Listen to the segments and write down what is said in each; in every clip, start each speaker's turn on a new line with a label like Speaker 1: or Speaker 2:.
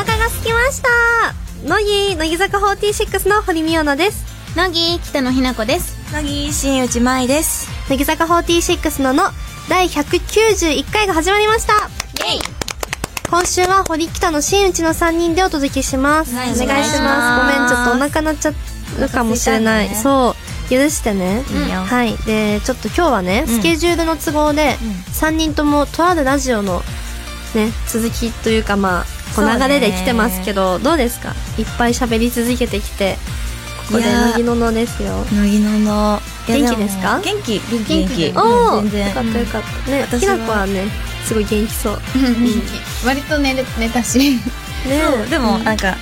Speaker 1: ました乃木乃木坂46の堀美央奈です
Speaker 2: 乃木北野日向子です
Speaker 3: 乃木新内舞です
Speaker 1: 乃木坂46のの第191回が始まりました
Speaker 2: イエイ
Speaker 1: 今週は堀北の新内の3人でお届けしますお
Speaker 3: は
Speaker 1: 願
Speaker 3: い
Speaker 1: いします
Speaker 2: お願いします
Speaker 1: ごめんちょっとお腹鳴っちゃうかもしれない
Speaker 3: お腹
Speaker 1: そう許してね、
Speaker 3: いいよ
Speaker 1: はいでちょっと今日はね、
Speaker 3: うん
Speaker 1: スケジュールの都合で、3人ともとあるラジオのね続きというかまあこう
Speaker 3: そうね
Speaker 1: 流れで来てますけど、どうですかいっぱい喋り続けてきてここで
Speaker 3: いやー
Speaker 1: 乃木ののですよ
Speaker 3: 乃木ののいや
Speaker 1: 元気
Speaker 3: も
Speaker 1: ですか
Speaker 3: 元気元気元気
Speaker 1: おお
Speaker 3: う
Speaker 1: よ
Speaker 3: ん全然
Speaker 1: かったよかったね
Speaker 3: 私
Speaker 1: き
Speaker 3: は
Speaker 1: なこはねすごい元気そう
Speaker 2: 割と寝れ寝たし
Speaker 1: ね
Speaker 3: そうでもなんか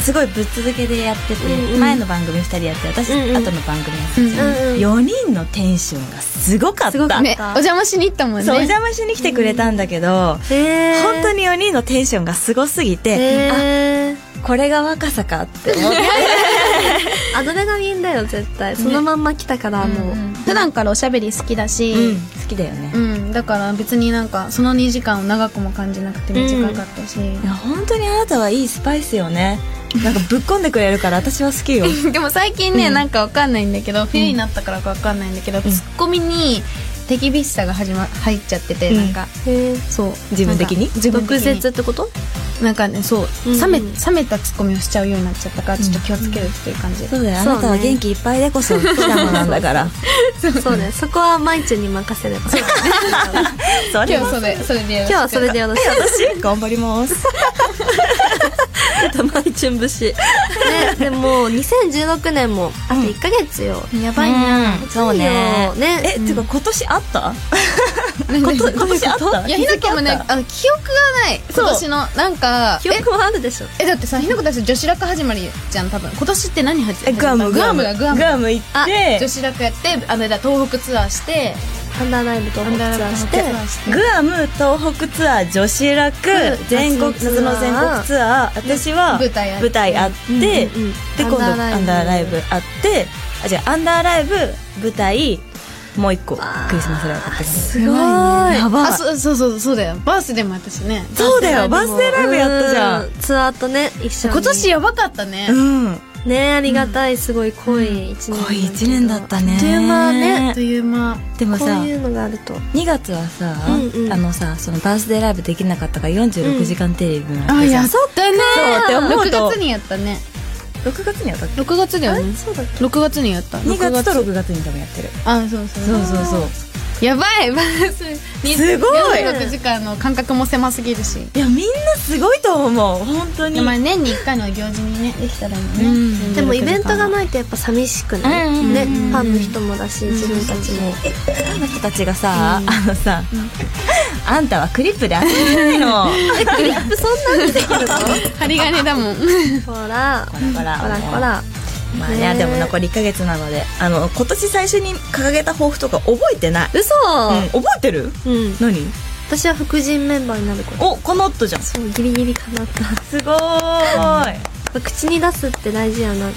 Speaker 3: すごいぶっ続けでやってて、
Speaker 1: うんうん
Speaker 3: 前の番組2人やって私、
Speaker 1: うんうん
Speaker 3: 後の番組やってて、
Speaker 1: うんうん
Speaker 3: 4人のテンションがすごかった
Speaker 1: すごかった
Speaker 2: ねお邪魔しに行ったもんね
Speaker 3: そうお邪魔しに来てくれたんだけど、
Speaker 1: へー
Speaker 3: 本当に4人のテンションがすごすぎて、
Speaker 1: へー
Speaker 3: あこれが若さかって思って
Speaker 1: アドレナリンだよ絶対そのまんま来たからもう、
Speaker 2: うん普段からおしゃべり好きだし
Speaker 3: 好きだよね、
Speaker 2: うん、だから別になんかその2時間を長くも感じなくて短かったし、
Speaker 3: いや本当にあなたはいいスパイスよねなんかぶっこんでくれるから私は好きよ
Speaker 2: でも最近ね、
Speaker 3: うん
Speaker 2: なんかわかんないんだけど、冬になったからかわかんないんだけど、ツッコミに手厳しさが始ま入っちゃってて、
Speaker 3: うん
Speaker 2: なんか
Speaker 1: へー
Speaker 2: そう
Speaker 3: 自分的に
Speaker 2: 自分
Speaker 1: 毒
Speaker 2: 的に
Speaker 1: 舌ってこと
Speaker 2: なんかねそう、
Speaker 1: うん
Speaker 2: 冷め冷めたツッコミをしちゃうようになっちゃったからちょっと気をつけるっていう感じ、
Speaker 3: そうだよあ
Speaker 1: そうね
Speaker 3: なたは元気いっぱいでこそ来たのなんだから
Speaker 1: そうねそこはまいちゅんに任せれば
Speaker 3: そ
Speaker 2: 今日それそれで
Speaker 1: 今日はそれでよろしい
Speaker 3: 私頑張ります
Speaker 1: まいちゅん節 ねでも2016年もあと1ヶ月よ、
Speaker 2: やばいな、
Speaker 3: うんそうね
Speaker 1: いいよね
Speaker 3: え、てか今年あった
Speaker 2: な
Speaker 3: こ
Speaker 2: んか
Speaker 3: と今年あった
Speaker 2: いやひなこもね
Speaker 3: あった
Speaker 2: あの記憶がない
Speaker 3: そう
Speaker 2: 今年のなんか
Speaker 1: 記憶もあるでしょ
Speaker 2: ええだってさひなこたち女子楽始まりじゃん多分今年って何始ま
Speaker 3: え
Speaker 2: る
Speaker 3: グアム
Speaker 2: グアムだグアム
Speaker 3: グアム行っ
Speaker 2: あ
Speaker 3: て
Speaker 2: 女子楽やってあのだ東北ツアーして
Speaker 1: アンダーライブと
Speaker 2: ア
Speaker 1: 思って
Speaker 2: ンダーラブ
Speaker 1: し
Speaker 2: ツ
Speaker 1: て
Speaker 2: アーして
Speaker 3: グアム東北ツアー女子楽
Speaker 1: うん
Speaker 3: 全国
Speaker 1: 夏の
Speaker 3: 夏の全国ツアー私は
Speaker 2: 舞台あって
Speaker 3: 舞台あってで
Speaker 1: うん
Speaker 3: 今度アンダーライブあってあじゃあアンダーライブ舞台もう一個クリスマスライブって感じ
Speaker 1: すごい
Speaker 3: やばい
Speaker 2: あそうそうそうそうだよバースでもやったしね
Speaker 3: そうだよバースデーライブやったじゃ
Speaker 1: うんツアーとね一緒に
Speaker 2: 今年やばかったね、
Speaker 3: うん
Speaker 1: ねありがたいすごい濃い一年
Speaker 3: 濃い一年だったね
Speaker 1: あっという間ね
Speaker 2: あっという間
Speaker 3: でも
Speaker 1: こう
Speaker 3: さ
Speaker 1: いうのがあると
Speaker 3: 2月はさ
Speaker 1: うんうん
Speaker 3: あのさそのバースデーライブできなかったから
Speaker 1: うん
Speaker 3: 46時間テレビもやっ
Speaker 2: あ
Speaker 3: て
Speaker 2: や
Speaker 3: さ
Speaker 2: ったね
Speaker 3: そうって思うと
Speaker 2: 6月にやったね
Speaker 3: 6月にやったっけ
Speaker 2: 6月だよね
Speaker 1: そうだっけ
Speaker 2: 6月にやった
Speaker 3: 2月と
Speaker 2: 6
Speaker 3: 6月に多分やってる
Speaker 2: あそうそう
Speaker 3: そうそうそう
Speaker 2: やばいバース
Speaker 3: すごい
Speaker 2: 6時間の間隔も狭すぎるし
Speaker 3: いやみんなすごいと思う本当に
Speaker 2: でも年に1回の行事にねできたらいいよね、
Speaker 3: うん
Speaker 1: でもイベントがないとやっぱ寂しくない、
Speaker 3: うんうんうん
Speaker 1: ねファンの人もだし、自分たちも、
Speaker 3: あの人たちがさ、あのさ、あんたはクリップで遊んでないの
Speaker 1: クリップそんなんでできるの
Speaker 2: 針金だもん
Speaker 1: ほら
Speaker 3: こらこら
Speaker 1: ほらほら
Speaker 3: まあね
Speaker 1: ねえ
Speaker 3: でも残り1ヶ月なのであの今年最初に掲げた抱負とか覚えてない、
Speaker 1: 嘘、
Speaker 3: うん、覚えてる
Speaker 1: うん
Speaker 3: 何
Speaker 1: 私は副人メンバーになること
Speaker 3: おこの夫じゃんす
Speaker 1: そうギリギリかな った
Speaker 3: ごーい
Speaker 1: 口に出すって大事やなって思っ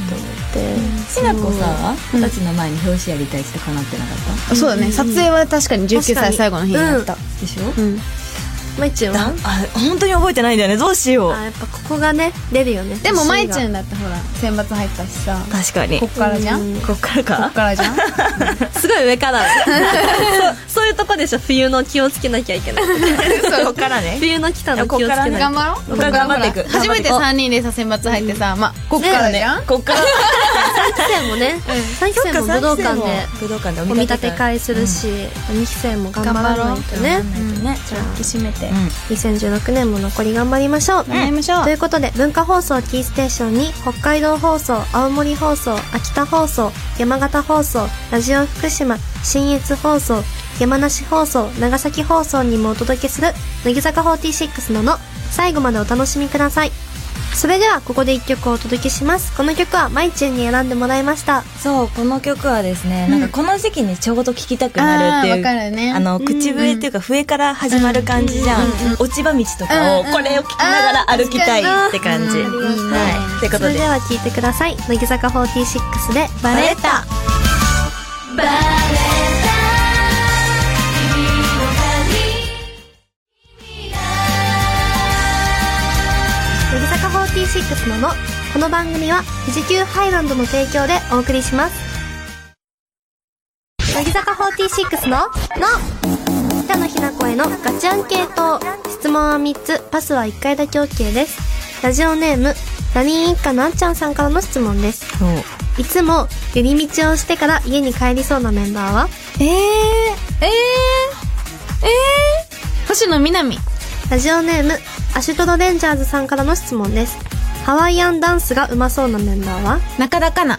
Speaker 1: て、
Speaker 3: しなこさ
Speaker 2: うん
Speaker 3: たちの前に表紙やりたいって叶ってなかっ
Speaker 2: そうだね撮影は確かに19歳最後の日にやった
Speaker 3: たでしょ
Speaker 2: うん
Speaker 1: まいちゅん
Speaker 3: だ
Speaker 1: は
Speaker 3: あ本当に覚えてないんだよねどうしよう
Speaker 1: あやっぱここがね出るよね
Speaker 2: でもまいちゅ
Speaker 1: ん
Speaker 2: んだってほら選抜入ったしさ
Speaker 3: 確かに
Speaker 2: こっからじゃん
Speaker 1: う
Speaker 2: こ
Speaker 3: こっから
Speaker 2: っからじゃん
Speaker 1: すごい上から そうそういうとこでしょ冬の気をつけなきゃいけない
Speaker 3: こっから ね
Speaker 1: 冬の来たの気をつけなきゃいけな
Speaker 3: いやこっからね
Speaker 1: い
Speaker 2: 頑張ろう
Speaker 3: こっから頑張っていく
Speaker 2: こっから初めて3人でさ選抜入ってさまあこっからじゃん
Speaker 3: こっから
Speaker 1: 3期生もね3期生も武道館で
Speaker 3: 武道館で
Speaker 1: お見立て会するし2期生も頑張らないとね
Speaker 3: ね
Speaker 1: じゃあ
Speaker 2: 引き締めて
Speaker 1: 2016年も残り頑張りましょう
Speaker 2: 頑張りましょう
Speaker 1: ということで文化放送キーステーションに北海道放送青森放送秋田放送山形放送ラジオ福島新越放送山梨放送長崎放送にもお届けする乃木坂46のの最後までお楽しみくださいそれではここで1曲をお届けしますこの曲はまいちゅんに選んでもらいました
Speaker 3: そうこの曲はですね、なんかこの時期にちょうど聴きたくなるっていう
Speaker 2: あーわかるね
Speaker 3: あの口笛っていうか笛から始まる感じじゃん、落ち葉道とかを
Speaker 2: うんうん
Speaker 3: これを聴きながら歩きたいって感じ、
Speaker 2: うん
Speaker 3: はい
Speaker 2: いいね
Speaker 3: というこ
Speaker 1: そ
Speaker 3: と
Speaker 1: れ
Speaker 3: で
Speaker 1: では聴いてください乃木坂46でバレッタ
Speaker 3: タ
Speaker 1: 乃木坂46ののこの番組は富士急ハイランドの提供でお送りします乃木坂46の「の」北野日な子へのガチアンケート質問は3つパスは1回だけ OK ですラジオネームラリン一家のあんちゃんさんからの質問ですいつも寄り道をしてから家に帰りそうなメンバーは
Speaker 2: えー、えー、えー、星野みなみ
Speaker 1: ラジオネームアシュトロレンジャーズさんからの質問ですハワイアンダンスがうまそうなメンバーは
Speaker 2: 中田かな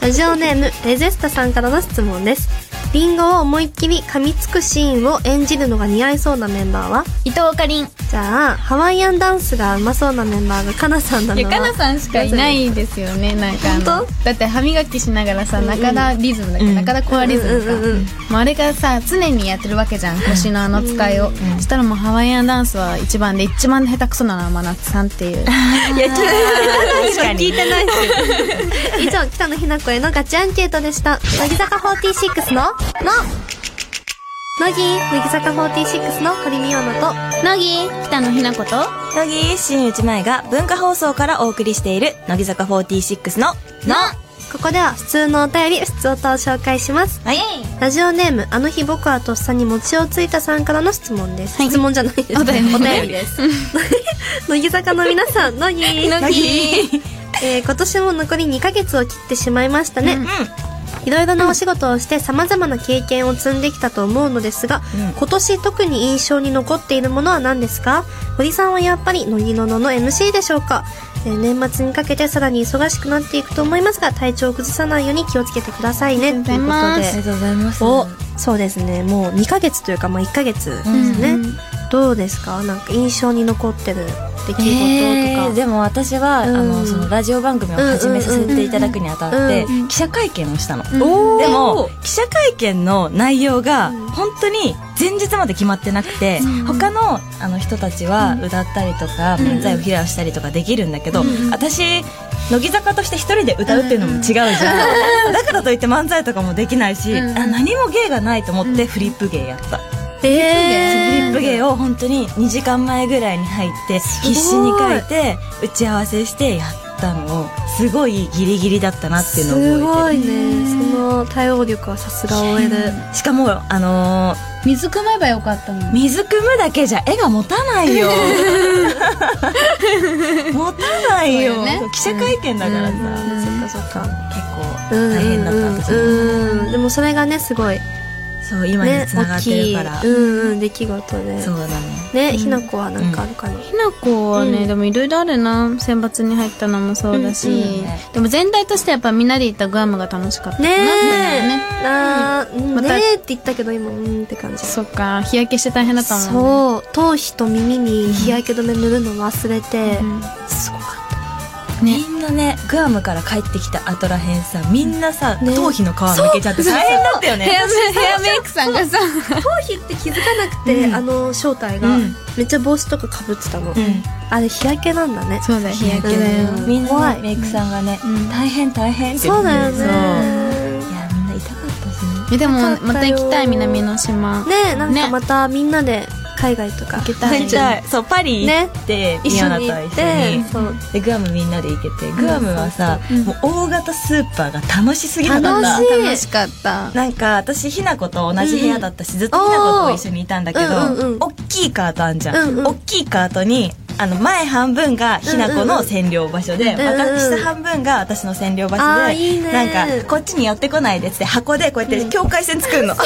Speaker 1: ラジオネームレゼスタさんからの質問ですリンゴを思いっきり噛みつくシーンを演じるのが似合いそうなメンバーは
Speaker 2: 伊藤かりん
Speaker 1: じゃあハワイアンダンスがうまそうなメンバーがかなさんないの
Speaker 2: や
Speaker 1: は
Speaker 2: かなさんしかいないですよねなんかあの
Speaker 1: 本
Speaker 2: だって歯磨きしながらさ中田リズムだっけ、
Speaker 3: うん
Speaker 2: 中田コアリズムか、
Speaker 1: うんうんうんうん
Speaker 2: もうあれがさ常にやってるわけじゃん腰のあの使いを、そしたらもうハワイアンダンスは一番で一番下手くそなのは真夏さんっていう
Speaker 3: いや聞いてない確かに聞いてない
Speaker 1: 以上北野日な子へのガチアンケートでした乃木坂46の「の」乃木乃木坂46の堀美央奈と
Speaker 2: 乃木北野日な子と
Speaker 3: 乃木新内前が文化放送からお送りしている乃木坂46の「の」
Speaker 1: ここでは普通のお便り普通音を紹介します
Speaker 3: はい
Speaker 1: ラジオネームあの日僕はとっさに餅をついたさんからの質問です、質問じゃないです
Speaker 2: お便り
Speaker 1: お便りです乃木坂の皆さん乃木
Speaker 2: 乃木
Speaker 1: えー今年も残り2ヶ月を切ってしまいましたね、
Speaker 3: う
Speaker 1: いろいろなお仕事をして様々な経験を積んできたと思うのですが、
Speaker 3: うん
Speaker 1: 今年特に印象に残っているものは何ですか堀さんはやっぱり乃木ののの MC でしょうか、えー年末にかけてさらに忙しくなっていくと思いますが、体調を崩さないように気をつけてくださいね。ということ
Speaker 2: ありがとうございま
Speaker 1: で。
Speaker 3: とうございます
Speaker 1: おそうですねもう2ヶ月というかまあ1ヶ月です
Speaker 2: う
Speaker 1: ね、
Speaker 2: んうん
Speaker 1: どうですかなんか印象に残ってる出来事とか、
Speaker 3: えーでも私は、
Speaker 1: うん
Speaker 3: あのそのラジオ番組を始めさせていただくにあたって、
Speaker 1: うん
Speaker 2: うんうん
Speaker 3: 記者会見をしたの、
Speaker 2: ん
Speaker 1: おー
Speaker 3: でも記者会見の内容が
Speaker 1: うん
Speaker 3: 本当に前日まで決まってなくて、
Speaker 2: うん
Speaker 3: 他のあの人たちは歌ったりとか、
Speaker 2: ん
Speaker 3: 漫才を披露したりとかできるんだけど、
Speaker 2: うん
Speaker 3: 私乃木坂として一人で歌うっていうのも違うじゃん、だからといって漫才とかもできないし、
Speaker 2: うん
Speaker 3: あ何も芸がないと思ってフリップ芸やった、フリップ芸を本当に2時間前ぐらいに入って
Speaker 1: ごい
Speaker 3: 必死に書いて打ち合わせしてやったのをすごいギリギリだったなっていう
Speaker 1: す
Speaker 3: のを覚
Speaker 1: ご
Speaker 3: えて
Speaker 1: いねその対応力はさすが OL
Speaker 3: るしかもあの
Speaker 2: 水汲めばよかったもん
Speaker 3: ー水汲むだけじゃ絵が持たな いよ持たないよ
Speaker 2: そうよね
Speaker 3: 記者会見だからさ、
Speaker 1: うんそっかそっか
Speaker 3: 結構
Speaker 1: うん
Speaker 3: 大変だった、私も
Speaker 1: うんうんでもそれがねすごい
Speaker 3: そう今
Speaker 1: ね
Speaker 3: に繋がってるから、
Speaker 1: 大きいうんうん出来事で
Speaker 3: そうだね
Speaker 1: ねひなこはなんかあるかな、
Speaker 2: ひなこはね、
Speaker 1: うん
Speaker 2: でもいろいろあるな選抜に入ったのもそうだし、
Speaker 1: うん
Speaker 3: うん
Speaker 2: でも全体としてやっぱみんなで行ったグアムが楽しかった
Speaker 1: ね
Speaker 2: な
Speaker 1: え、
Speaker 2: ね
Speaker 1: あー
Speaker 2: また
Speaker 1: ねえって言ったけど今うんって感じ
Speaker 2: そっか日焼けして大変だったもんね
Speaker 1: そう頭皮と耳に日焼け止め塗るの忘れて、
Speaker 2: うん
Speaker 1: すごかっ
Speaker 2: ね
Speaker 3: みんなねグアムから帰ってきた後らへんさみんなさ、
Speaker 1: ね
Speaker 3: 頭皮の皮むけちゃって大変だったよね
Speaker 2: ヘアメヘアメイクさんがさ
Speaker 1: た頭皮って気づかなくて、あの正体が、
Speaker 3: うん
Speaker 1: めっちゃ帽子とかかぶってたの、
Speaker 3: うん
Speaker 1: あれ日焼けなんだね
Speaker 2: そうだよ日焼けだよ
Speaker 1: うん
Speaker 3: みんな
Speaker 1: 怖
Speaker 3: ね
Speaker 1: い
Speaker 3: メイクさんがね、
Speaker 2: うん
Speaker 3: 大変大変って
Speaker 1: そうだよね
Speaker 3: そういやみんな痛かったしね
Speaker 2: えでも
Speaker 1: よかったよ
Speaker 2: また行きたい南の島
Speaker 1: ねえなんか
Speaker 2: ね
Speaker 1: またみんなで海外とか
Speaker 2: 行けたい
Speaker 3: 行きたいそうパリ行って、
Speaker 1: 一
Speaker 3: ミ
Speaker 1: 緒
Speaker 3: アナと
Speaker 1: に
Speaker 3: 一緒
Speaker 1: 行っ
Speaker 3: に
Speaker 1: てそう
Speaker 3: でグアムみんなで行けてグアムはさ、
Speaker 2: うん
Speaker 3: もう大型スーパーが楽しすぎなか
Speaker 1: 楽
Speaker 3: った
Speaker 1: しい
Speaker 2: 楽しかった
Speaker 3: なんか私ひなこと同じ部屋だったし、ずっとひなこと一緒にいたんだけど、
Speaker 1: うんうんうん
Speaker 3: 大きいカートあんじゃん、
Speaker 1: うんうん
Speaker 3: 大きいカートにあの前半分がひなこの占領場所で、
Speaker 1: うんうんうん
Speaker 3: 私下半分が私の占領場所で、
Speaker 1: あーいいね
Speaker 3: なんかこっちに寄ってこないでっつって箱でこうやって境界線作るの、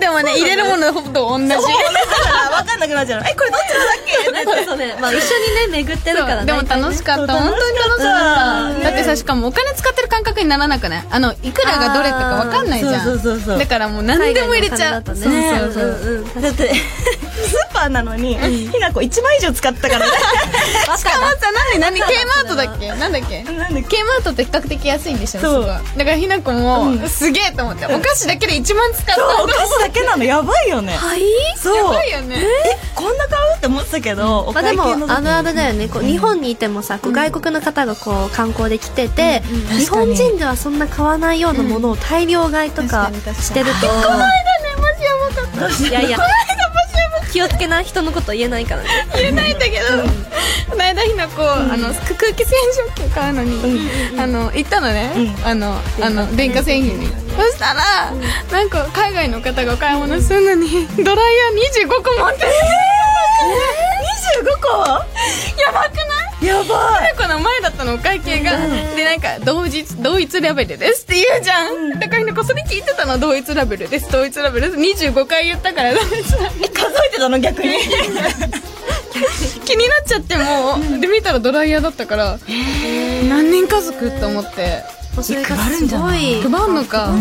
Speaker 2: でもね入れるものほと同じ
Speaker 3: もうだから分かんなくなっちゃうのえこれどっちのだっけ
Speaker 1: そうね、 まあ、一緒にね巡ってるからね
Speaker 2: でも楽しかった本当に楽しかっただってさしかもお金使ってる感覚にならなくないあのいくらがどれかわかんないじゃん
Speaker 3: あーそうそうそうそう
Speaker 2: だからもう何でも入れちゃう
Speaker 1: 海外のお金だ
Speaker 2: そうそ
Speaker 1: とね
Speaker 2: うそう
Speaker 1: うんうんうん
Speaker 3: だってスーパーなのに、ひなこ1万以上使ったからね
Speaker 2: しかもさ何何 K マートだっけなんだっけ
Speaker 3: なんだっけ
Speaker 2: K マートって比較的安いんでしょす
Speaker 3: そう
Speaker 2: ごいだからひなこも、すげえと思ってお菓子だけで1万使った
Speaker 3: そう お菓子だけなのやばいよね
Speaker 1: はい
Speaker 3: そう
Speaker 2: やばいよね
Speaker 3: えこんな買うって思ってたけど、お
Speaker 1: まあ、
Speaker 3: 会
Speaker 1: で
Speaker 3: 計
Speaker 1: も
Speaker 3: の時に
Speaker 1: あるあるだよねこう日本にいてもさこう外国の方がこう観光で来てて、日本人ではそんな買わないようなものを大量買いとか
Speaker 2: うん確かに確かに
Speaker 1: してると、
Speaker 2: ねマジやばかった
Speaker 1: いやいや気をつけない人のこと言えないからね
Speaker 2: 言えないんだけどこの間ひなこ構、あの空気清浄機を買うのに、あの行ったのね、あのあの電化製品に、そしたら、なんか海外の方がお買い物するのにドライヤー25個持ってて、
Speaker 3: 25個
Speaker 2: やばくない
Speaker 3: やばい
Speaker 2: この前だったのお会計が、でなんか同日同一レベルですって言うじゃん、だからなんかそれ聞いてたの同一レベルです同一レベルです25回言ったから同一レベル
Speaker 3: え数えてたの逆に
Speaker 2: 気になっちゃってもうで見たらドライヤーだったから何人家族と思って
Speaker 1: それが
Speaker 4: 配るん
Speaker 1: す
Speaker 4: じゃ
Speaker 1: ご
Speaker 4: ない
Speaker 2: 配んのか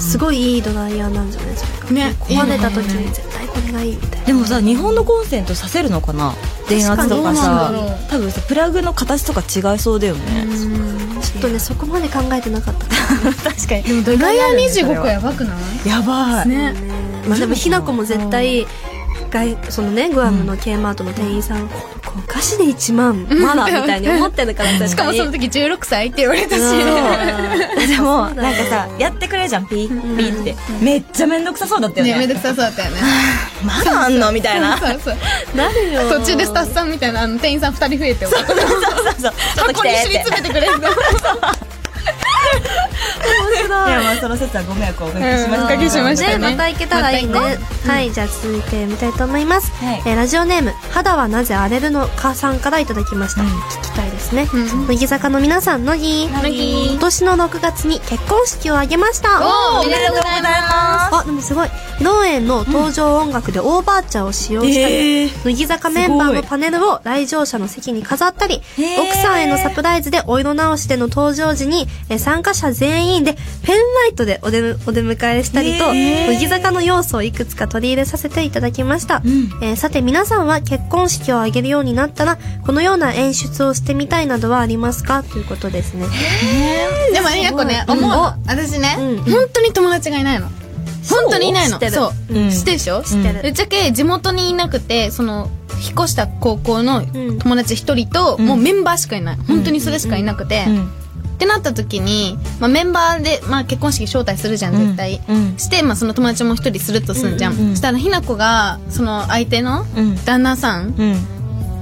Speaker 1: すごいいいドライヤーなんじゃないですか
Speaker 2: ね
Speaker 1: 壊れた時に絶対これがいいみたいな
Speaker 3: でもさ日本のコンセントさせるのかな電圧とか
Speaker 2: 確
Speaker 3: さ
Speaker 2: かにどうなんだろう
Speaker 3: 多分さプラグの形とか違いそうだよね、
Speaker 1: ちょっとねそこまで考えてなかった
Speaker 3: 確かに
Speaker 2: でもドライヤー25個やばくない
Speaker 3: やばい、
Speaker 2: ね
Speaker 1: まあでもひなこも絶対外そのねグアムの K マートの店員さん、この子お菓子で1万まだみたいに思ってるから
Speaker 2: しかもその時16歳って言われたし
Speaker 3: そうでもなんかさやってくれるじゃんピーピーってめっちゃめんどくさそうだったよ
Speaker 2: ね
Speaker 3: ね
Speaker 2: めんどくさそうだったよね
Speaker 3: まだあんのみたいな
Speaker 2: そうそう
Speaker 1: なるよ
Speaker 2: 途中でスタッフさんみたいなあの店員さん2人増えて
Speaker 3: そうそうそうちょっと来
Speaker 2: 箱
Speaker 3: て
Speaker 2: に
Speaker 3: っ
Speaker 2: 知り
Speaker 3: て
Speaker 2: 詰めてくれるの
Speaker 3: いやまあその説はご迷惑をおかけしま
Speaker 2: うん
Speaker 3: し
Speaker 2: お
Speaker 3: た
Speaker 2: かけしましたね
Speaker 1: ねまた行けたらいいね、
Speaker 2: また
Speaker 1: はいじゃあ続いてみたいと思います、
Speaker 3: はい
Speaker 1: えーラジオネーム「肌はなぜ荒れるのか」さんからいただきました、聞きたいですね、
Speaker 2: うん
Speaker 1: 乃木坂の皆さん乃木
Speaker 2: 乃木
Speaker 1: 今年の6月に結婚式を挙げました
Speaker 2: おーお
Speaker 3: お
Speaker 2: め
Speaker 3: め
Speaker 2: で
Speaker 3: で
Speaker 2: とう
Speaker 3: とう
Speaker 2: ご
Speaker 3: ご
Speaker 2: ざ
Speaker 3: ざ
Speaker 2: い
Speaker 3: い
Speaker 2: ま
Speaker 3: ま
Speaker 1: あでもすごい披露宴の登場音楽でオーバーチャーを使用
Speaker 3: す
Speaker 1: したり、
Speaker 3: えー
Speaker 1: 乃木坂メンバーのパネルを来場者の席に飾ったり
Speaker 3: ごいへー
Speaker 1: 奥さんへのサプライズでお色直しでの登場時にえー参加者全員でペンライトでお出むお出迎えしたりと
Speaker 3: へー
Speaker 1: 乃木坂の要素をいくつか取り入れさせていただきました、
Speaker 3: ん
Speaker 1: えーさて皆さんは結婚式を挙げるようになったらこのような演出をしてみたいなどはありますかということですね
Speaker 2: すでもねやこね
Speaker 1: すご
Speaker 2: 思
Speaker 1: いう
Speaker 2: の
Speaker 1: う
Speaker 2: 私ね
Speaker 1: うん
Speaker 2: 本当に友達がいないの本当にいないの
Speaker 1: 知ってる
Speaker 2: そう
Speaker 3: うん
Speaker 2: 知ってるでしょ
Speaker 1: 知ってる
Speaker 2: ぶっちゃけ地元にいなくてその引っ越した高校の
Speaker 1: ん
Speaker 2: 友達一人と、
Speaker 3: ん
Speaker 2: もうメンバーしかいない本当にそれしかいなくて、
Speaker 3: うん
Speaker 2: ってなった時に、まあ、メンバーで、まあ、結婚式招待するじゃん絶対、
Speaker 3: うんうん
Speaker 2: して、まあ、その友達も一人するとすんじゃん、
Speaker 3: うんうん
Speaker 2: したらひな子がその相手の
Speaker 3: うん
Speaker 2: 旦那さん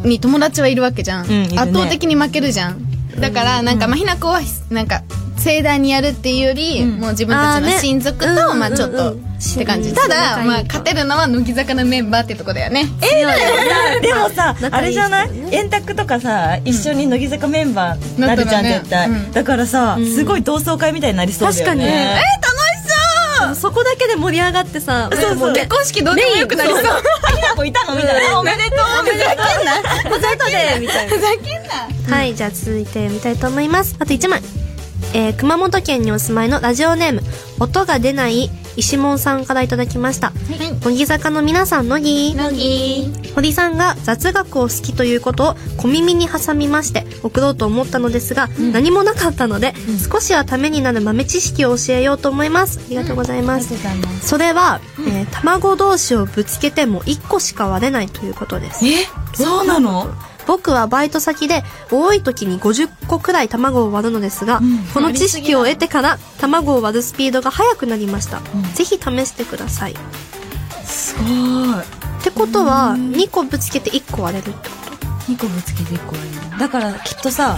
Speaker 3: うん
Speaker 2: に友達はいるわけじゃん、
Speaker 3: うんいるね
Speaker 2: 圧倒的に負けるじゃんだからなんか、まあ、ひな子はなんか盛大にやるっていうより、もう自分たちの親族と、
Speaker 1: あーねうんうんうん
Speaker 2: まあちょっと、って感
Speaker 1: う
Speaker 2: じ
Speaker 1: ん
Speaker 2: ただ、
Speaker 1: 仲いい
Speaker 2: まあ、勝てるのは乃木坂のメンバーってとこだよね
Speaker 3: でもさあ
Speaker 1: 仲い
Speaker 3: れ
Speaker 1: い
Speaker 3: じ
Speaker 1: 人
Speaker 3: ゃな
Speaker 1: だ
Speaker 3: い
Speaker 1: ね
Speaker 3: 円卓とかさ一緒に乃木坂メンバーなるじゃん
Speaker 2: なったらねう
Speaker 3: 絶対
Speaker 2: ん
Speaker 3: だからさすごい同窓会みたいになりそうだよね
Speaker 1: そこだけで盛り上がってさ
Speaker 3: そうそう
Speaker 1: もね
Speaker 2: 結婚式どうでもよくなりそう
Speaker 3: 確かにひな子いたのみたいなあおめでとうみたいなふざけんなみたいな
Speaker 2: ふざけんな
Speaker 1: はい、じゃあ続いてみたいと思います。あと1枚。えー、熊本県にお住まいのラジオネーム、音が出ない石門さんからいただきました。乃木坂の皆さん、乃木。
Speaker 2: 乃木
Speaker 1: 堀さんが雑学を好きということを小耳に挟みまして送ろうと思ったのですが、何もなかったので、少しはためになる豆知識を教えようと思います。ありがとうございます。それは、えー卵同士をぶつけても1個しか割れないということです。
Speaker 3: えそうなの
Speaker 1: 僕はバイト先で多い時に50個くらい卵を割るのですが、この知識を得てから卵を割るスピードが速くなりました、ぜひ試してくださいっ
Speaker 3: すごい
Speaker 1: てことは2個ぶつけて1個割れるってこ
Speaker 3: 2個ぶつけて1個割れるだからきっとさ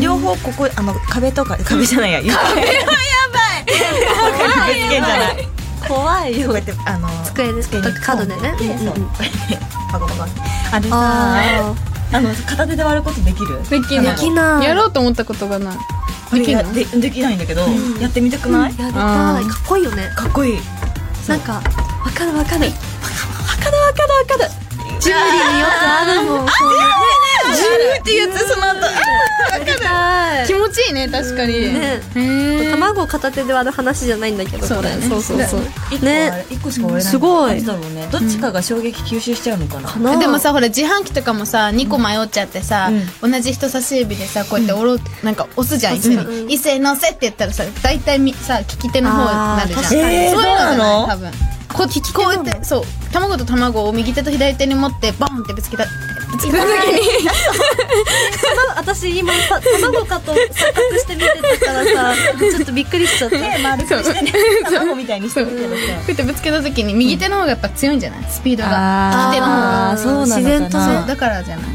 Speaker 3: 両方ここあの壁とか壁じゃないや壁はやばいぶつけんじゃない怖いよこうやってあの
Speaker 1: と机で
Speaker 3: 机に
Speaker 1: 角でね、
Speaker 3: そう
Speaker 1: うんうん
Speaker 3: パコパコあれさ
Speaker 1: ああ
Speaker 3: あの片手で割ることできる
Speaker 2: できない
Speaker 1: できない
Speaker 2: やろうと思ったことがないでき
Speaker 3: い
Speaker 2: な
Speaker 3: や
Speaker 2: い
Speaker 3: でできないんだけど、やってみたくない、
Speaker 1: やりたいかっこいいよね
Speaker 3: かっこいい
Speaker 1: なんかわかるわかるわかるわかるわかるジュエリーによくあるもんこう
Speaker 3: ジューってやつその後
Speaker 1: やりたい
Speaker 2: 気持ちいいね確かに
Speaker 1: ね
Speaker 2: へー
Speaker 1: 卵を片手で割る話じゃないんだけど
Speaker 2: そうだよね
Speaker 1: これそうそうそう
Speaker 3: 1個,、ね、一個しか割れない
Speaker 1: すごい
Speaker 3: なんでだろうねどっちかが衝撃吸収しちゃうのかな、
Speaker 1: かな
Speaker 2: でもさほら自販機とかもさ2個迷っちゃってさ、
Speaker 3: う
Speaker 2: 同じ人差し指でさこうやっておろ、なんか押すじゃん一斉に「一斉のせ」って言ったらさ大体みさ利き手の方になるじゃん
Speaker 1: あー確か
Speaker 3: にえー
Speaker 2: そういうのじゃない
Speaker 3: そうなの
Speaker 2: 多分こうこうやってそう卵と卵を右手と左手に持ってボンってぶつけたぶつけた時 に
Speaker 1: 私今さ卵かと錯覚して見てたからさちょっとびっくりしちゃった
Speaker 3: ね丸くしてね卵みたいにしてるけどさ
Speaker 2: こうやってぶつけた時に右手の方がやっぱ強いんじゃないスピードが利き手の方が
Speaker 3: あーそうなのかな
Speaker 1: 自然
Speaker 2: そ
Speaker 1: と
Speaker 2: う
Speaker 1: ね
Speaker 2: だからじゃない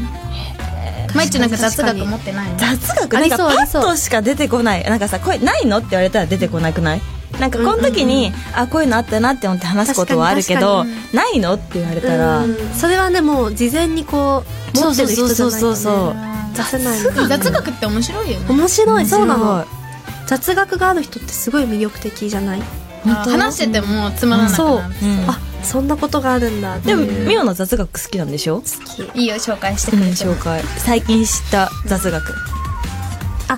Speaker 2: 毎日なんか雑学持ってないの
Speaker 3: 雑学
Speaker 1: あ
Speaker 3: なん
Speaker 1: り
Speaker 3: か
Speaker 1: そう
Speaker 3: パ
Speaker 1: ありそ
Speaker 3: ッ
Speaker 1: う
Speaker 3: としか出てこないなんかさ「これないの?」って言われたら出てこなくないなんかこの時に、あこういうのあったなって思って話すことはあるけど
Speaker 1: 確かに
Speaker 3: ないのって言われたら、
Speaker 1: うんそれはねもう事前にこう持
Speaker 3: そう
Speaker 1: って
Speaker 3: そう
Speaker 1: る
Speaker 3: そ
Speaker 1: 人
Speaker 3: う
Speaker 1: じゃ
Speaker 3: そう
Speaker 1: ない
Speaker 3: そ
Speaker 1: と
Speaker 3: うそう
Speaker 1: ね出せないの
Speaker 2: 雑学って面白いよね
Speaker 1: 面白いそうな
Speaker 3: 面
Speaker 1: の雑学がある人ってすごい魅力的じゃない
Speaker 2: あ話しててもつまらなく
Speaker 1: そう
Speaker 2: なる
Speaker 3: うん
Speaker 1: あそんなことがあるんだって
Speaker 3: で
Speaker 1: いう
Speaker 3: もミオの雑学好きなんでしょ、
Speaker 1: 好き
Speaker 2: いいよ紹介して
Speaker 3: う
Speaker 2: く
Speaker 3: ん、
Speaker 2: れて
Speaker 3: 紹介最近知った雑学
Speaker 1: あ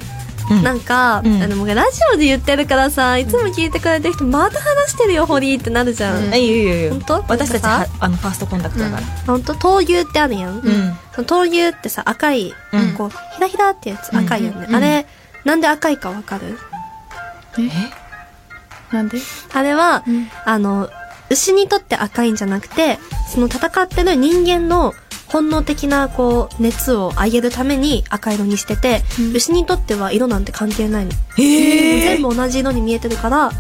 Speaker 3: うん
Speaker 1: なんか、
Speaker 3: うん
Speaker 1: あのもうラジオで言ってるからさいつも聞いてくれてる人また話してるよホリーってなるじゃん、
Speaker 2: うん
Speaker 3: えいいよいいよ
Speaker 1: 本当
Speaker 3: 私たち
Speaker 1: なん
Speaker 3: は
Speaker 1: か
Speaker 3: あのファーストコンタクトだから
Speaker 1: ほんと闘牛ってあるやん、
Speaker 3: うん、
Speaker 1: その闘牛ってさ赤い、
Speaker 3: うん
Speaker 1: こうひらひらってやつ赤いよね、
Speaker 2: うん
Speaker 1: あれなんで赤いかわかる
Speaker 3: え
Speaker 2: なんで
Speaker 1: あれは、
Speaker 2: うん
Speaker 1: あの牛にとって赤いんじゃなくてその戦ってる人間の本能的なこう熱を上げるために赤色にしてて、
Speaker 2: うん
Speaker 1: 牛にとっては色なんて関係ないの、全部同じ色に見えてるから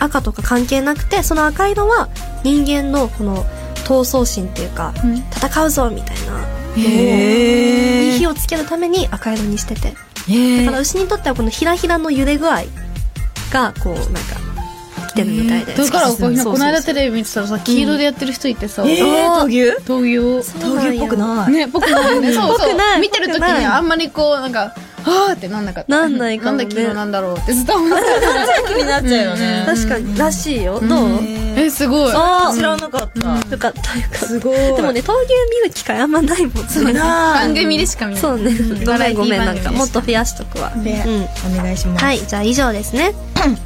Speaker 1: 赤とか関係なくてその赤色は人間のこの闘争心っていうか、
Speaker 2: うん
Speaker 1: 戦うぞみたいない
Speaker 3: へ
Speaker 1: い
Speaker 3: え
Speaker 1: 火をつけるために赤色にしててだ
Speaker 3: へ
Speaker 1: から牛にとってはこのひらひらの揺れ具合がこうなんか来てるみたいで、
Speaker 2: だからこういうの
Speaker 1: そうそうそう
Speaker 2: この間テレビ見てたらさ黄色でやってる人いてさ
Speaker 3: え闘牛
Speaker 2: 闘牛を
Speaker 3: 闘牛っぽくない、
Speaker 2: ね僕もねそう
Speaker 1: ぽ
Speaker 2: そ
Speaker 1: くないう
Speaker 2: 見てる時
Speaker 1: ぽくない
Speaker 2: にあんまりこうなんかあーってなんなかった
Speaker 1: なんないかも
Speaker 2: な
Speaker 1: ね
Speaker 2: んだ黄色なんだろうってずっと思ってた
Speaker 3: 気になっちゃうよね
Speaker 1: 確かにらしい よ、どう
Speaker 2: えすごい
Speaker 3: あー知らなかった
Speaker 1: よかったよかっ
Speaker 3: すごい
Speaker 1: たでもね闘牛見る機会あんまないもんね
Speaker 3: な
Speaker 2: 番組でしか見ない
Speaker 1: そうね、
Speaker 2: ん
Speaker 1: ごめんごめん
Speaker 2: バ
Speaker 1: な
Speaker 2: ラエ
Speaker 1: ん
Speaker 2: ティ番組でし
Speaker 1: か
Speaker 2: た
Speaker 1: もっと増やしとくわう
Speaker 3: で
Speaker 1: ん
Speaker 3: お願いします
Speaker 1: はい、じゃあ以上です ね。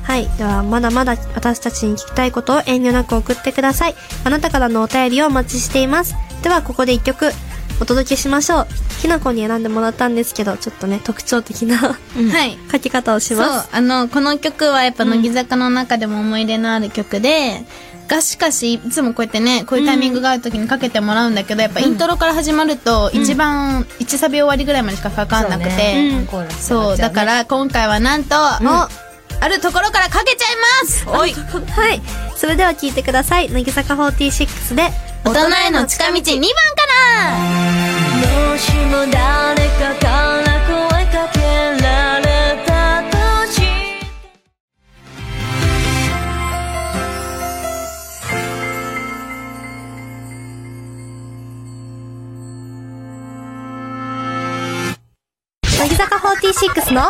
Speaker 1: はい、ではまだまだ私たちに聞きたいことを遠慮なく送ってください。あなたからのお便りをお待ちしています。ではここで一曲お届けしましょう。きなこに選んでもらったんですけど、ちょっとね、特徴的な
Speaker 2: はい
Speaker 1: 書き方をし
Speaker 2: そう
Speaker 1: ます。
Speaker 2: あのこの曲はやっぱ乃木坂の中でも思い出のある曲で、がしかしいつもこうやってねこういうタイミングがある時にかけてもらうんだけどやっぱイントロから始まると一番、一サビ終わりぐらいまでしかかかんなくて、
Speaker 1: うん
Speaker 3: コーラス
Speaker 2: そう、だから今回はなんと、あるところからかけちゃいます
Speaker 3: おい
Speaker 1: はい、それでは聞いてください。乃木坂46で、
Speaker 2: 大人への近道2番から
Speaker 3: もしも誰かから声かけられたとし
Speaker 1: 乃木坂46の、の、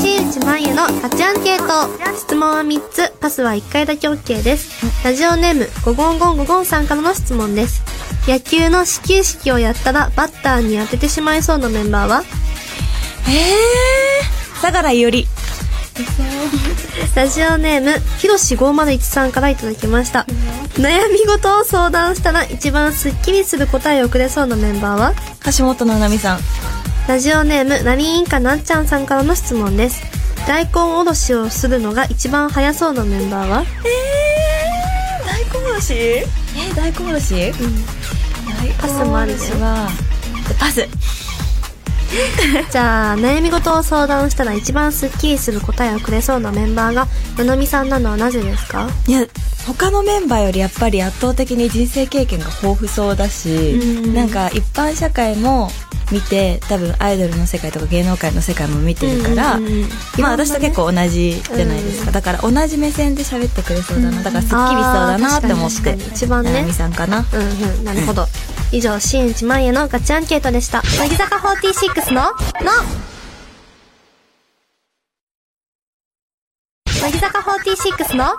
Speaker 1: 新内まゆのタッチアンケート。質問は3つ、パスは1回だけ OK です。ラジオネーム、ゴゴンゴンゴゴンさんからの質問です。野球の始球式をやったらバッターに当ててしまいそうなメンバーは
Speaker 3: えー、相良伊織
Speaker 1: ラジオネーム、ひろし501さんからいただきました。悩み事を相談したら一番スッキリする答えをくれそうなメンバーは
Speaker 3: 橋本奈々美さん
Speaker 1: ラジオネーム、ラリーインカなっちゃんさんからの質問です。大根おろしをするのが一番早そうなメンバー は
Speaker 3: えー、大根おろしえー、大根おろしうん
Speaker 1: パスもあるよ
Speaker 3: はパス
Speaker 1: じゃあ、悩み事を相談したら一番スッキリする答えをくれそうなメンバーが、ななみさんなのはなぜですか
Speaker 3: いや他のメンバーよりやっぱり圧倒的に人生経験が豊富そうだし、
Speaker 1: うん
Speaker 3: なんか一般社会も見て多分アイドルの世界とか芸能界の世界も見てるから、
Speaker 1: うんうんうん
Speaker 3: まあ私と結構同じじゃないですか、だから同じ目線で喋ってくれそうだなだからすっきりしそうだなって思っ
Speaker 1: あー確かに確か
Speaker 3: て
Speaker 1: に一番ね
Speaker 3: ななみさんかな
Speaker 1: うんうん、なるほど。以上、新内まゆのガチアンケートでした。乃木坂46の、の乃木坂46の、の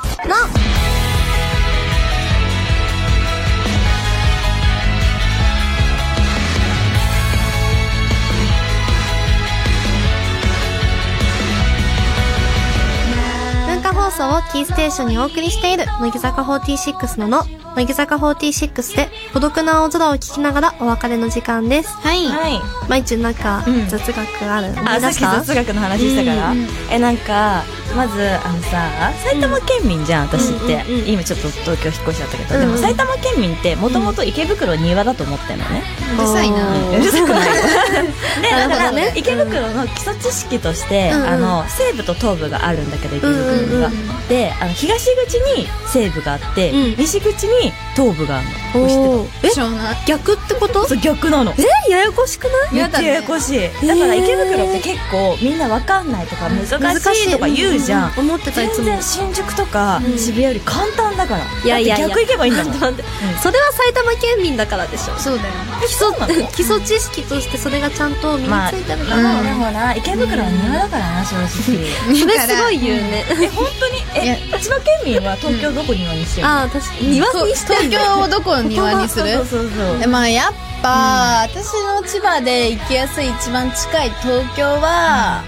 Speaker 1: 文化放送をキーステーションにお送りしている乃木坂46のの乃木坂46で孤独な青空を聞きながらお別れの時間です
Speaker 2: はい、
Speaker 3: はい
Speaker 1: 毎中なんか
Speaker 3: うん
Speaker 1: 雑学ある、思
Speaker 3: あ
Speaker 1: い
Speaker 3: さっ
Speaker 1: 出し
Speaker 3: き
Speaker 1: た
Speaker 3: 雑学の話したから、
Speaker 2: うん
Speaker 3: えなんかまずあのさ埼玉県民じゃん、私って、
Speaker 1: うんうんうん
Speaker 3: 今ちょっと東京引っ越しちゃったけど、
Speaker 1: うん
Speaker 3: でも埼玉県民ってもともと池袋庭だと思ってんのね、
Speaker 2: うるさいな
Speaker 1: おー
Speaker 3: うるさくないで
Speaker 1: なるほどね
Speaker 3: 池袋の基礎知識として、
Speaker 1: うんうん
Speaker 3: あの西部と東部があるんだけど池袋には、
Speaker 1: うんうん
Speaker 3: であの東口に西部があって、
Speaker 1: うん
Speaker 3: 西口に東部があるの知って
Speaker 1: おーえ
Speaker 2: 湘南
Speaker 1: 逆ってこと
Speaker 3: たそう逆なの
Speaker 1: えややこしくない
Speaker 3: め
Speaker 2: や
Speaker 3: っち
Speaker 2: だ
Speaker 3: ゃ
Speaker 2: ね
Speaker 3: ややこしいだから池袋って結構みんなわかんないとか難しいとか言うじゃん、
Speaker 1: 難しいうんうんうん思ってたいつ
Speaker 3: 全
Speaker 1: も
Speaker 3: 然新宿とか
Speaker 1: うん
Speaker 3: 渋谷より簡単だから、
Speaker 1: いやいやいや
Speaker 3: だって逆行けばいいんだもん
Speaker 1: 待って待ってそれは埼玉県民だからでしょ
Speaker 2: そうだよ
Speaker 3: えそうなの
Speaker 1: 基礎知識としてそれがちゃんと身についてるから、
Speaker 3: ほ
Speaker 2: まあ
Speaker 3: らほら池袋は庭だからな正直
Speaker 1: それすごい言うね、
Speaker 3: え本当に
Speaker 2: いや
Speaker 3: え千葉県民は東京どこ庭にしてるの
Speaker 1: ああ確かに庭にして
Speaker 2: 東
Speaker 1: んだ
Speaker 2: 京をどこの庭にする
Speaker 3: そうそうそう
Speaker 2: でまあやっぱ、私の千葉で行きやすい一番近い東京は、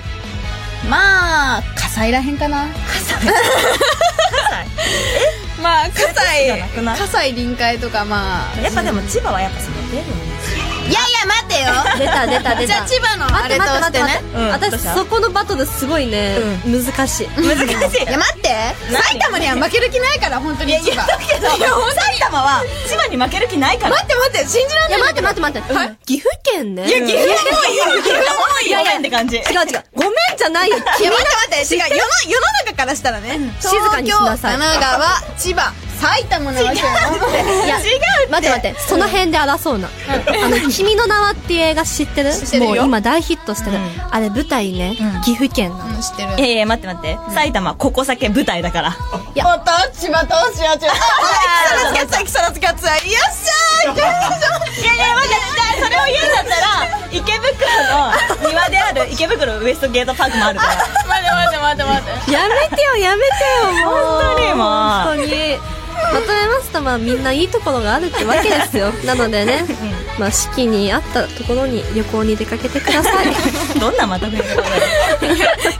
Speaker 2: まあ火災らへんかなまあ火災
Speaker 3: がなくない
Speaker 2: 火災臨海とかまあいや
Speaker 3: やっぱでも千葉はやっぱその程度
Speaker 2: いや待てよ
Speaker 1: 出た出た出た
Speaker 2: じゃあ千葉のあ
Speaker 1: 待っ
Speaker 2: れ
Speaker 1: て
Speaker 2: と
Speaker 1: 待っ
Speaker 2: してて
Speaker 1: 待って
Speaker 2: ね
Speaker 3: うん
Speaker 1: 待って
Speaker 3: どうし
Speaker 1: 私
Speaker 3: た
Speaker 1: そこのバトルすごいね、難しい
Speaker 3: 難し
Speaker 2: い
Speaker 3: い
Speaker 2: や待って埼玉には負ける気ないから本当に千葉
Speaker 3: けど埼玉は千葉に負ける気ないから
Speaker 2: 待って待って信じらん
Speaker 1: い
Speaker 2: な
Speaker 1: や
Speaker 2: い
Speaker 1: 待って待って待って、岐阜県ね
Speaker 3: いや岐阜が多いよ岐阜が多
Speaker 1: い
Speaker 3: いよ
Speaker 1: やいや
Speaker 3: って感じ
Speaker 1: 違う違うごめんじゃないよ
Speaker 2: いや待って待って違う世の世の中からしたらね
Speaker 1: 静かにしなさい
Speaker 2: 東京神奈川千葉埼玉な わけよ
Speaker 1: いや待って待ってその辺で争うな「あの君の名は」っていう映画知ってる
Speaker 2: 知ってるよ
Speaker 1: もう今大ヒットしてる、
Speaker 3: うん
Speaker 1: あれ舞台ね、
Speaker 3: うん
Speaker 1: 岐阜県なの
Speaker 2: うん知ってる
Speaker 3: いやいや待って待って埼玉ここ先舞台だから
Speaker 2: おっと千葉どうしよう千葉あキサラスキャッツァキサラスキャッツァよっしゃ
Speaker 3: いやいや待ってそれを言うんだったら池袋の庭である池袋ウエストゲートパークもあるから
Speaker 2: ー待って待って待って待って
Speaker 1: やめてよやめてよもう
Speaker 3: 本当にもう
Speaker 1: 本当にまとめますとまあみんないいところがあるってわけですよなのでね、まあ、四季に合ったところに旅行に出かけてください
Speaker 3: どんなまとめ方だよ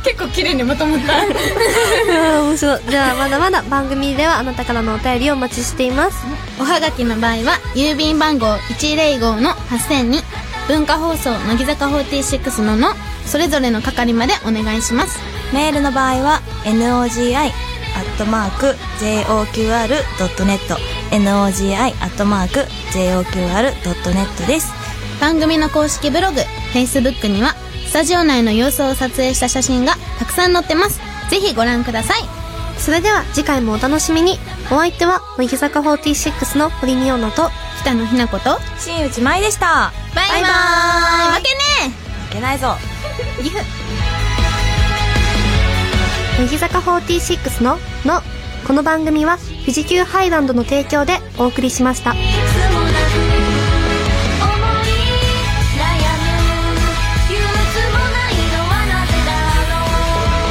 Speaker 2: 結構綺麗にまとまった
Speaker 1: うん面白いじゃあまだまだ番組ではあなたからのお便りをお待ちしています
Speaker 2: おはがきの場合は郵便番号105の8000に文化放送乃木坂46ののそれぞれの係までお願いします
Speaker 3: メールの場合は nogi アットマーク joqr.net nogi アットマーク joqr.net です
Speaker 2: 番組の公式ブログ Facebook にはスタジオ内の様子を撮影した写真がたくさん載ってますぜひご覧ください
Speaker 1: それでは次回もお楽しみにお相手は乃木坂46の堀美央奈と
Speaker 2: 北野日向子と
Speaker 3: 新内舞でした
Speaker 2: バイバーイ負けねー
Speaker 3: 負けないぞ
Speaker 1: 乃木坂46の「の」この番組は富士急ハイランドの提供でお送りしまし
Speaker 4: 「
Speaker 1: た。
Speaker 4: それでも君の名は」